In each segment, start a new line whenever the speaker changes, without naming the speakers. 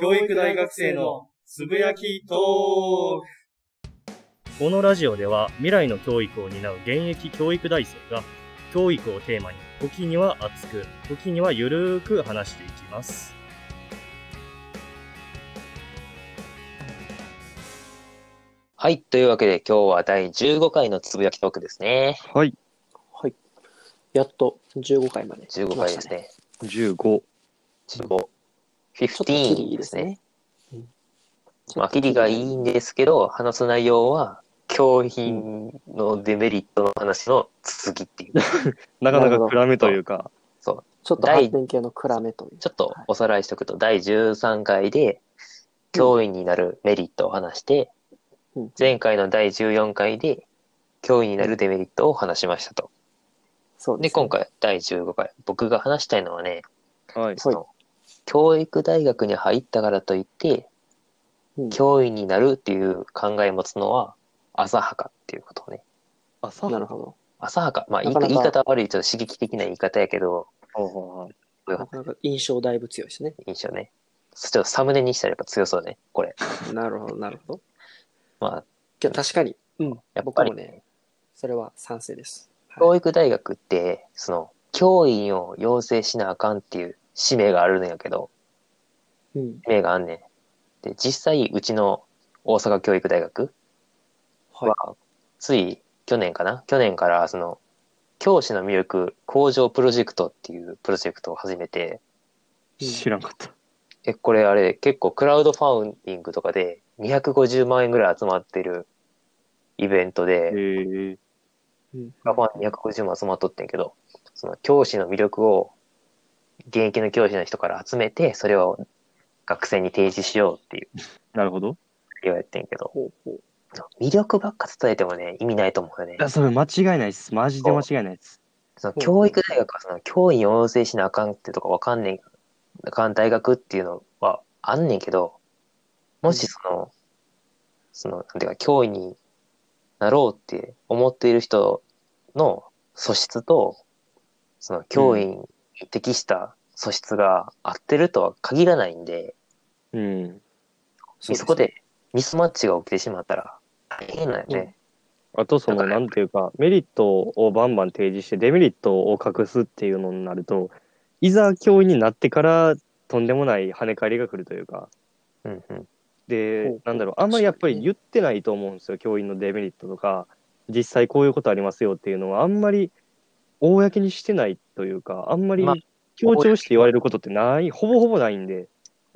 教育大学生のつぶやきト
このラジオでは未来の教育を担う現役教育大生が教育をテーマに時には熱く時にはゆるーく話していきます
はい。というわけで、今日は第15回のつぶやきトークですね。
はい、
はい。やっと15回まで。
15回です。ね。
15。
15。
ちょっとキ
15
リ
で
ですす
ね
ね。。
まあ、キリがいいんですけど、話す内容は、教員のデメリットの話の続きっていう。
なかなか暗めというか、
ちょっと
第
発展系の暗めという。
ちょっとおさらいしておくと、第13回で、教員になるメリットを話して
うん、
前回の第14回で、教員になるデメリットを話しましたと。
そう
で、
です、
今回、第15回。僕が話したいのはね、
はい。
その、教育大学に入ったからといって、
うん
教員になるっていう考え持つのは、浅はかっていうことをね。
朝
なるほど。
浅はか。まあ、言い
なかなか
言い方悪い、ちょっと刺激的な言い方やけど、
なかなか印象だいぶ強いですね。
印象ね。ちょっとサムネにしたらやっぱ強そうね、これ。
なるほど、なるほど。
まあ、
いや、確かに。うん。
やっ
僕
ぱり
も、ね、それは賛成です。
教
はい。
育大学って、その、教員を養成しなあかんっていう使命があるんやけど、
うん。
使命があんねん。で、実際、うちの大阪教育大学
はい。
つい去年かな去年からその教師の魅力向上プロジェクトっていうプロジェクトを始めて
知らんかった。
えこれあれ結構クラウドファンディングとかで250万円ぐらい集まってるイベント
へ
で
え。
うん
クラファン250万集まっとってんけどその教師の魅力を現役の教師の人から集めてそれを学生に提示しようっていう
なるほど。
言われてんけど
ほうほう。
魅力ばっか伝えてもね意味ないと思うよ
い
ね
や、それ間違いないです。マジで間違いないです。
その教育大学はその教員を養成しなあかんってとかわかんねん、あかん大学っていうのはあんねんけど、もしその、その、なんていうか、教員になろうって思っている人の素質と、その教員に適した素質が合ってるとは限らないんで、
うん。
そこでミスマッチが起きてしまったら大変だよね。
あと、そ
だ
の、
から
なんていうか、メリットをバンバン提示して、デメリットを隠すっていうのになると、いざ教員になってから、とんでもない跳ね返りが来るというか、
うんうん。
で
ほう、
なんだろう、あんまりやっぱり言ってないと思うんですよ、教員のデメリットとか、実際こういうことありますよっていうのは、あんまり公にしてないというか、あんまり
まあ
強調して言われることってない、ほぼほぼないんで、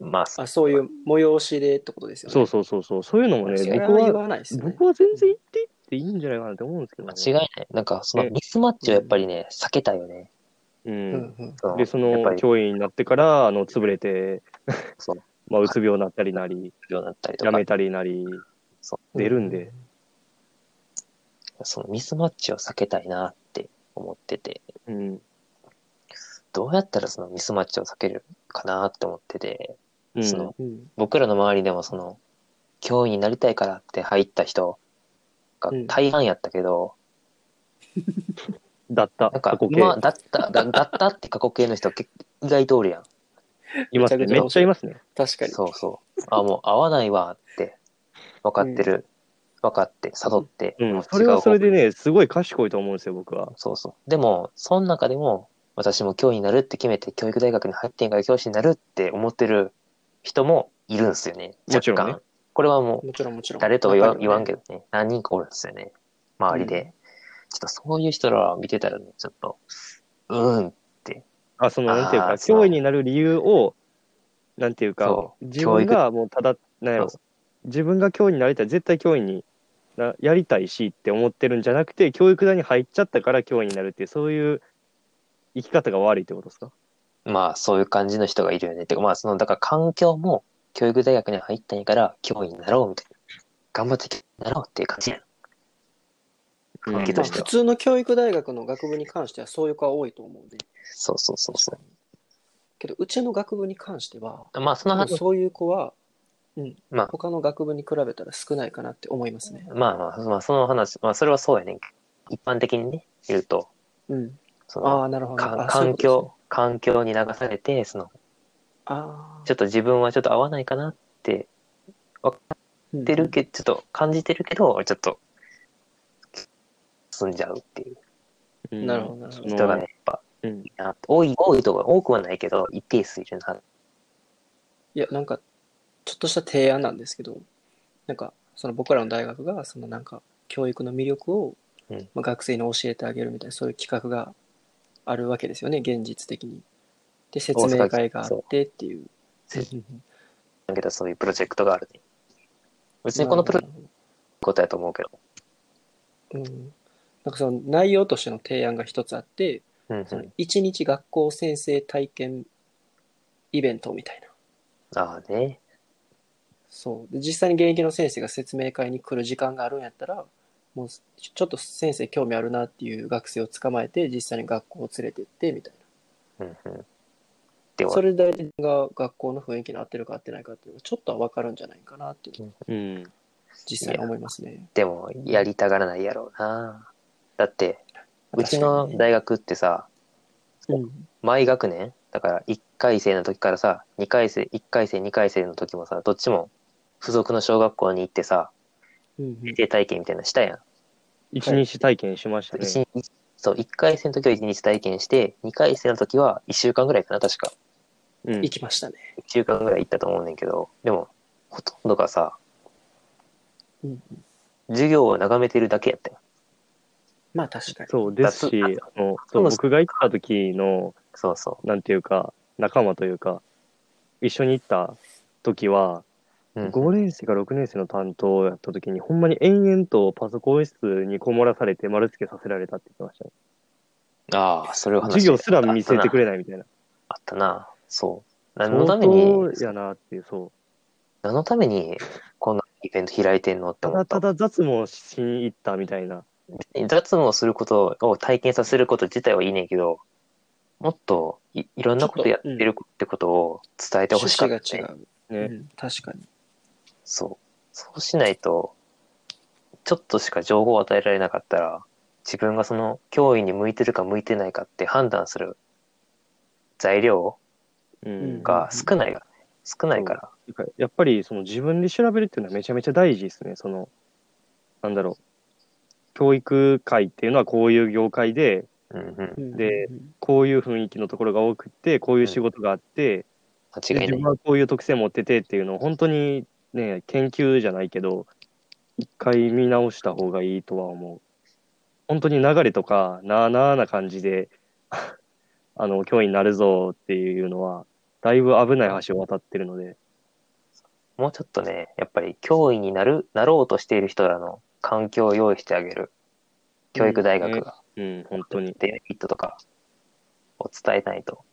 まあ、
あ、そういう催しでってことですよね。
そうそうそうそう、そういうのもね、
それは
僕
言
は、
わないですね。
僕は全然言っていっていいんじゃないかなって思うんですけど、ね、
間違いない。なんか、そのミスマッチをやっぱりね、避けたいよね。
う。
うんんうん。
その
で、そ
やっぱ
の
り
教員になってから、あの、潰れて、
そう
まあ、うつ病になったりなり、
ようになったりと
や
か
め、たりなり、
そう
出るんで、
そのミスマッチを避けたいなって思ってて、
うん。
どうやったらそのミスマッチを避けるかなって思ってて、
うん。
その
うん。
僕らの周りでもその、教員になりたいからって入った人が
うん
大半やったけど、
だった、
なんか
過去、形
まあ、だった、だだったって過去形 の人結構意外とおるやん。
いますね。
めちゃくちゃ
めっちゃいますね。
確かに。
そうそう。あ、もう合わないわって、分かってる。分かって、悟って、
う、
もうん
それ
違
は
う
それで
方向
ね、すごい賢いと思うんですよ、僕は。
そうそう。でも、その中でも、私も教員になるって決めて、教育大学に入ってんから教師になるって思ってる人もいるんですよね。
もちろんね
若干これはも
もちろんもちろ。
うん誰とは言わ,、
中に
言
は
わんけどね、何人かおるんですよね。周りで。ちょっとそういう人らを見てたらね、ちょっと、うーんって。
あ、その、
あー
なんていうか、
そう
教員になる理由を、なんていうか
そ、う
自分がもうただ、なんやろ
そ、
自分が教員になりたい、絶対教員になやりたいしって思ってるんじゃなくて、教育大に入っちゃったから教員になるっていう、そういう生き方が悪いってことですか
まあ、そういう感じの人がいるよね。てか、まあ、その、だから環境も、教育大学に入ったんやから、教員になろうみたいな。頑張って教員になろうっていう感じやん。
うん
環境
ま
と
あ
して
普
は。
通の教育大学の学部に関してはそういう子は多いと思うね。
そうそうそうそ
けど、うちの学部に関しては、
う。まあ、その話、
そういう子は、うん、
まあ
他の学部に比べたら少ないかなって思いますね。
まあまあ、まあ、その話、まあ、それはそうやねんけど。一般的にね、言うと、
うん。
その、
ああ、なるほど。
か
あそう
環
いうことですね
境、環境に流されて、その、
あ
ちょっと自分はちょっと合わないかなって
っ
ってるけちょっと感じてるけどちょっと進んじゃうっていう
うん
なるほどなるほ
そ
ど
の
人がねやっぱ
うん
いいな多い多いとか多くはないけど一定数いるない
や、なんか、ちょっとした提案なんですけど、なんか、その僕らの大学が、そのなんか、教育の魅力を、
うん
まあ、学生に教えてあげるみたいな、そういう企画があるわけですよね、現実的に。で、説明会があってっていう。
そうだけどそういうプロジェクトがあるね別にこのプロジェクトことやと思うけど
うん、なんかその内容としての提案が一つあって、
うんう
その
ん
一日学校先生体験イベントみたいな。
ああね
そう。で実際に現役の先生が説明会に来る時間があるんやったら、もうちょっと先生興味あるなっていう学生を捕まえて、実際に学校を連れてってみたい
うんうんで
な。
は
それで自分が学校の雰囲気に合ってるか合ってないかっていうのがちょっとは分かるんじゃないかなっていうのは
うん
実際に思いますね。
でもやりたがらないやろうなだってうちの
確かにね
大学ってさ
うん
毎学年だから1回生の時からさ2回生1回生2回生の時もさどっちも付属の小学校に行ってさ
うんうん
家庭体験みたいなのしたやん、
一日体験しましたね
一日そう1回生の時は1日体験して2回生の時は1週間ぐらいかな確か
うん
行きましたね。
1週間ぐらい行ったと思うねんけどでもほとんどがさ、
うん
授業を眺めてるだけやったよ
まあ確かに。
そうですし、
だ
あ
す
のそう僕が行った時の、
そうそ
なんていうか、仲間というか、一緒に行った時は、
う、うん
5年生か6年生の担当やった時に、ほんまに延々とパソコン室にこもらされて丸付けさせられたって言ってましたね。
ああそれを話
授業すら見せてく
れ
れないみたいな。
あったなそう何の
相
ために
当やなっていう、そう。
何のためにこんなイベント開いてんのって
た
思
だ
った
ただ雑務をしに行ったみたいな。
雑務をすることを体験させること自体はいいねんけど、もっといいろんなことやってるってことを伝えてほしか
趣
っ
旨が
た、ね
違う。
ね
うん、確かに。
そう。そうしないと、ちょっとしか情報を与えられなかったら、自分がその脅威に向いてるか向いてないかって判断する材料
うん
が少ないからね。少ないから。
てかやっぱりその自分で調べるっていうのはめちゃめちゃ大事ですね。そのなんだろう教育界っていうのはこういう業界で
うんうん。
で
うんうんうん、
こういう雰囲気のところが多くってこういう仕事があって、で
間違い
自分
ない。
はこういう特性持っててっていうのを本当にね研究じゃないけど一回見直した方がいいとは思う。本当に流れとかなあなあな感じで あの脅威になるぞっていうのはだいぶ危ない橋を渡ってるので。
もうちょっとね、やっぱり脅威になる、なろうとしている人らの環境を用意してあげる。教育大学が。
うん、本当に。
デメリットとかを伝えないと、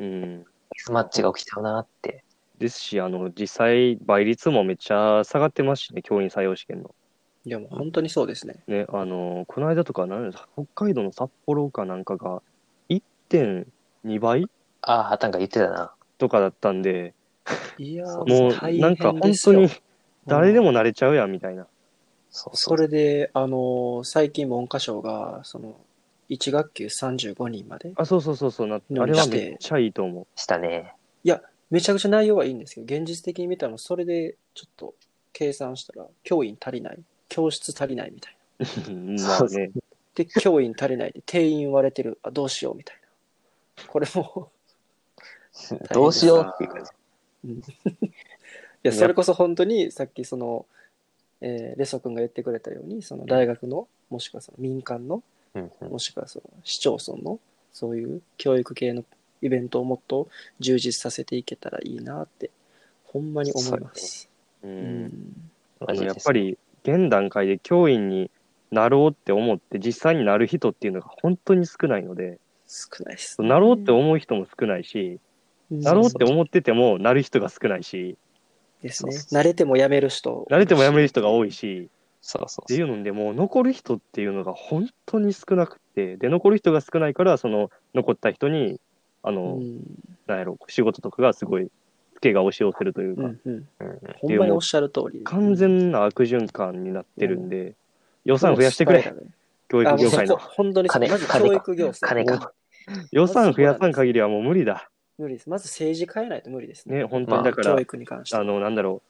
うん。
ミスマッチが起きちゃうなって。
ですし、あの、実際、倍率もめっちゃ下がってますしね、教員採用試験の。
いやもう本当にそうですね。
ね、あの、この間とかなん、北海道の札幌かなんかが、1.2倍
ああ、なんか言ってたな。
とかだったんで、
いやー
も
大
う、なんか
変で
本
す
当
よ
に、誰でもなれちゃうやん、みたいな。
そうそ。
そうれで、あのー最近文科省が、その、1学級35人まで、
あ、そうそうそうそうな、
うん
あれは
して
めっちゃいいと思う。
したね。
めちゃくちゃ内容はいいんですけど、現実的に見たら、それでちょっと計算したら、教員足りない、教室足りないみたいな。
うんまあ
そう、
ね、
で、教員足りないで、定員割れてる、あ、どうしようみたいな。これも
どうしようっていう感じ。
いや、それこそ本当に、さっきその、えーレソ君が言ってくれたように、その大学の、もしくはその民間の、
うんうん
もしくはその市町村のそういう教育系のイベントをもっと充実させていけたらいいなってほんまに思います。
う。
うんん、
マジ
や
で
っぱ
り。
り、現段階で教員になろうって思って、実際になる人っていうのが本当に少ないので、
少ないです、
なろうって思う人も少ないし、
うん
なろうって思ってても、なる人が少ないし、
ですね。慣れてもやめる人。
なれてもやめる人が多いし、
そうそ
っ
う
ていうので、もう残る人っていうのが本当に少なくて、で、残る人が少ないから、その、残った人に、あ
う
の、
ん
なんやろ、仕事とかがすごい、付けが押し寄せるというか、
うんう
う
ん、
んうん
ほんまにおっしゃる通り。
完全な悪循環になってるんで、予算増やしてく
あ
れ、教育
もう
業
そ
界
こ
の。
本当にそう
金
まず
金か
教育業
金
界。
か。
予算増やさん限りはもう無理だ。
無理です。まず政治変えないと無理ですね。
ね、本当
まあ
にだから、
教育に関して
あ
は。
の、なんだろ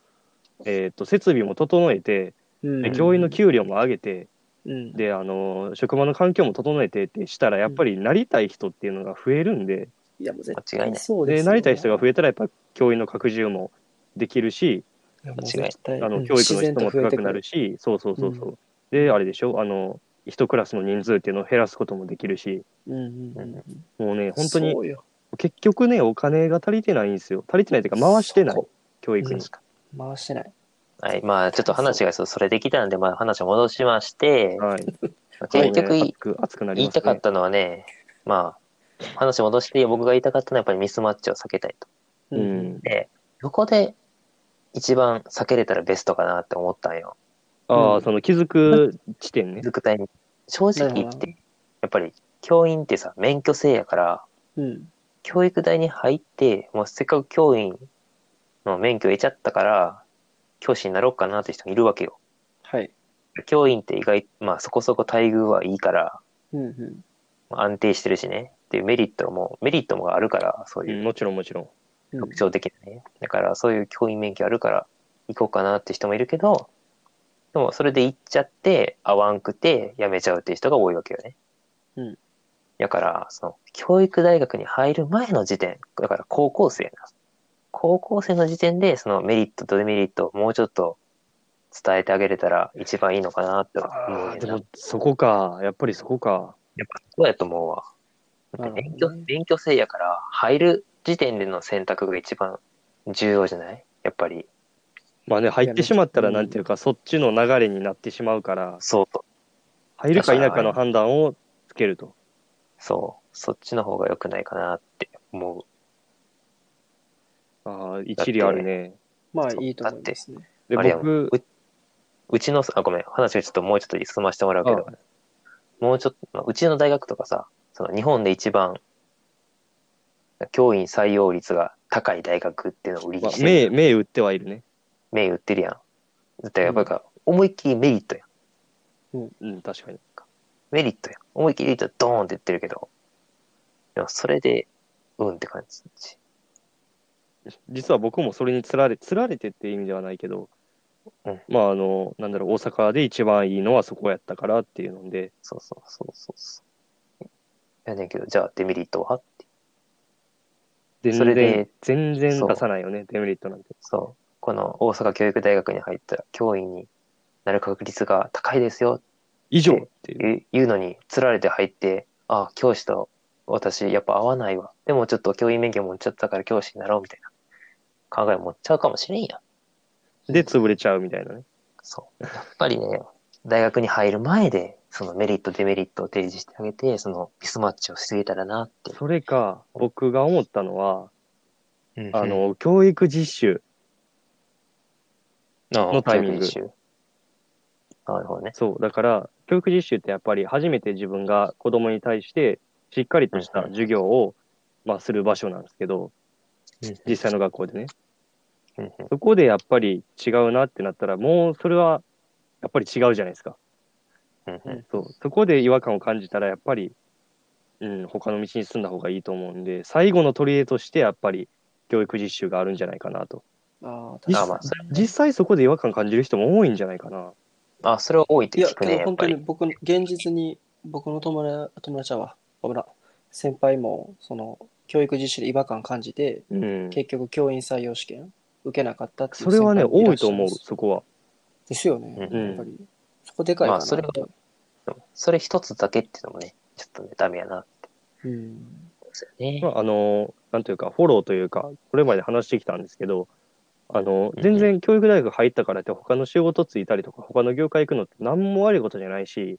う、えっ、と、設備も整えて、
うん
で教員の給料も上げて、
うん、
で、あの、職場の環境も整えてってしたら、やっぱりなりたい人っていうのが増えるんで、
いや、もう絶
間違い
対
ない
そうです
で、
よ
なりたい人が増えたら、やっぱ教員の拡充もできるし、
いやもう
間違いない
絶対
あ
う
の
ん
教育の
自然
質
と
も
増え
高
て
くなるし、そうそうそうそう。
う
で、あれでしょ、あの、一クラスの人数っていうのを減らすこともできるし、
うんうんうん、
もうね、本当に
そうよ
結局ね、お金が足りてないんですよ。足りてないというか、回してない
そ、
教育に。
う回してない
はい、まあちょっと話がそうそれできたので、まあ話を戻しまして、
はい。
結
も
局
うね
い
熱く熱くなり
言
ま
い
す
た
ね。
かったのはね、まあ話戻して僕が言いたかったのはやっぱりミスマッチを避けたいと。
う
うん。
で、どこで一番避けれたらベストかなって思ったんよ。
あ
う
あ、
ん
その気づく地点ね。
気づくタイミング正直言っ
なるほど
て、やっぱり教員ってさ、免許制やから、
うん
教育大に入って、もうせっかく教員の免許を得ちゃったから、教師になろうかなって人もいるわけよ。
はい
教員って意外、まあそこそこ待遇はいいから、
うんうん
まあ安定してるしね。っていうメリットも、メリットもあるから、そう
う
い
ん、
う
もちろんもちろん。
うん
特徴的なね。だからそういう教員免許あるから、行こうかなって人もいるけど、でもそれで行っちゃって、合わんくて辞めちゃうっていう人が多いわけよね。
うん。
だから、その、教育大学に入る前の時点、だから高校生な。高校生の時点で、そのメリット、デメリットをもうちょっと伝えてあげれたら一番いいのかなって思う
ああ、
ねん
で
な。
もそこか。やっぱりそこか。
やっぱそうやと思うわ。だって
なる
勉
ほど
強、
ね
勉強制やから、入る時点での選択が一番重要じゃないやっぱり。
まあね、入ってしまったら、
うん
なんていうか、そっちの流れになってしまうから、
そうと。
入るか否かの判断をつけると。
そう。そっちの方が良くないかなって思う。
ああ、一理あるね。
まあいいと思いますね
で、
あれやもん
僕、
うちの、あ、ごめん。話をちょっともうちょっと進ませてもらうけど、もうちょっと、うちの大学とかさ、その日本で一番、教員採用率が高い大学っていうのを売り
ま
に
あ
してる、
目、目打ってはいるね。
銘売ってるやん。だってやっぱりか、思いっきりメリットやん。
うん、確かに。
メリットやん。思いっきりメリットドーンって言ってるけど、でもそれで、うんって感じ。
実は僕もそれにつられ、つられてって意味ではないけど
うん、
まあ、あの、なんだろう、大阪で一番いいのはそこやったからっていうので、
そうそうそうそうそう。やねんけど、じゃあデメリットはって。
全
それで
然、全然
そう
出さないよね、デメリットなんて。
そう。この大阪教育大学に入ったら教員になる確率が高いですよ
以上っていう。
言う言うのに、つられて入って、あ、教師と私やっぱ合わないわ。でもちょっと教員免許持っちゃったから教師になろうみたいな考え持っちゃうかもしれんやん。
で、潰れちゃうみたいなね。
そう。やっぱりね、大学に入る前で、そのメリット、デメリットを提示してあげて、そのミスマッチを防げたらなって。
それか、僕が思ったのは、あ
うん、
の、教育実習。
の
タイミング
なるほどね。
そう、だから、教育実習ってやっぱり初めて自分が子供に対して、しっかりとした授業を、まあ、する場所なんですけど、実際の学校でね。
うんうん
そこでやっぱり違うなってなったら、もうそれは、やっぱり違うじゃないですか。
うんうん
そう。そこで違和感を感じたら、やっぱり、うん、他の道に進んだ方がいいと思うんで、最後の取り柄として、やっぱり、教育実習があるんじゃないかなと。
ああ
実
あ
確
まあ
か
それ
実際そこで違和感感じる人も多いんじゃないかな。
あ、それは多いって
にいや
聞く
け
ね、
ど
やっ
本
ぱ
当に
り。
僕の現実に僕の友達友達はほら先輩もその教育実習で違和感感じて
うん。
結局教員採用試験受けなかったっていう
それはね、
先輩も
多
ら
い
っしゃ
と
ま
思う、
す
そこは。
ですよね、
うん
やっぱりそこでかいかな
まあそれは
と
それ一つだけっていうのもね、ちょっとね、ダメやなって
うん
思うんですよね。
まあ、あの、なんというか、フォローというか、これまで話してきたんですけど、あの、
うん
全然教育大学入ったからって、他の仕事ついたりとか、他の業界行くのって何も悪いことじゃないし、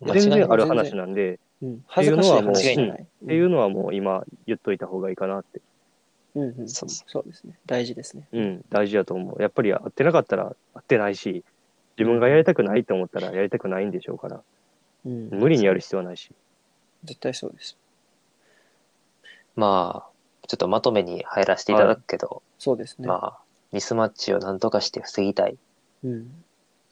間
全
違い
然
な
あ
い。
る話なんで、
うん、恥ずかしい話じゃ
っていうのはもう
ない、
っていうのはもう今言っといた方がいいかなって、
うんうんうん、
そ
そう
そ
うですね大事ですね
うん、大事だと思う。やっぱり合ってなかったら合ってないし、自分がやりたくないと思ったらやりたくないんでしょうから、
うん
無理にやる必要はないし。
絶対そうです
まあ、ちょっとまとめに入らせていただくけど、
そうですね、
まあ、ミスマッチをなんとかして防ぎたい
うん、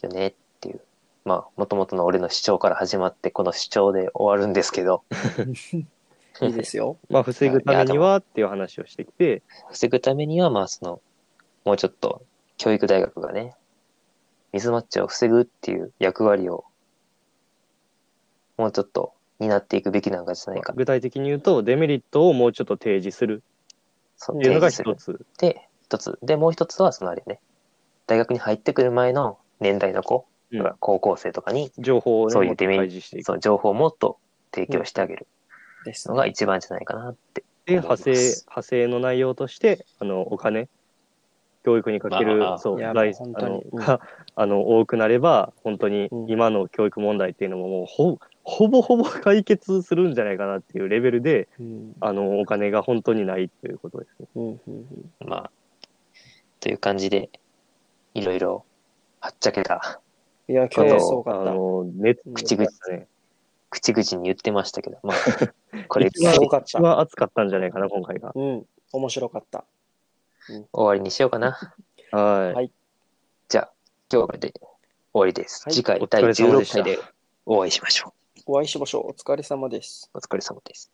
よねっていう。まあ、もともとの俺の主張から始まって、この主張で終わるんですけど、
いいですよ。
まあ、防ぐためにはっていう話をしてきて、
防ぐためには、まあ、その、もうちょっと、教育大学がね、ミスマッチを防ぐっていう役割を、もうちょっと担っていくべきなんかじゃないかな。
具体的に言うと、デメリットをもうちょっと提示する
そう
っていうのが
提示す
一
る
つ。
で、一つ。で、もう一つは、そのあれね、大学に入ってくる前の年代の子、
うん
だから高校生とかに、
情報をね
そういう
もっと
デメリット
開示していく。
その情報をもっと提供してあげる
です
のが一番じゃないかなって。
で、派生、派生の内容として、あの、お金、教育にかける
まあ、
そう、
いや
財
もう本
あ
当
の
に、うん
が、あの、多くなれば、本当に
うん
今の教育問題っていうのももう、ほ、ほぼほぼ解決するんじゃないかなっていうレベルで、
うん
あの、お金が本当にないということですね。
うんうんうん
まあ、という感じで、いろいろ、はっちゃけた、
いや、今
あ
日
と
はすご
あ
かった。
の、ね、
口々
ね、
口々に言ってましたけど、 まあ、これ、
すご
終
かっ
一
た。
番熱かったんじゃないかな、今回が。
うん、面白かった。
わりにしようかな。
はい。
はい
じゃあ、今日はこれで終わりです。
はい
次回
お疲
第
れ様で
16
した
回でお会いしましょ
お会いしましょう。お疲れ様です。
う。お疲れ様です。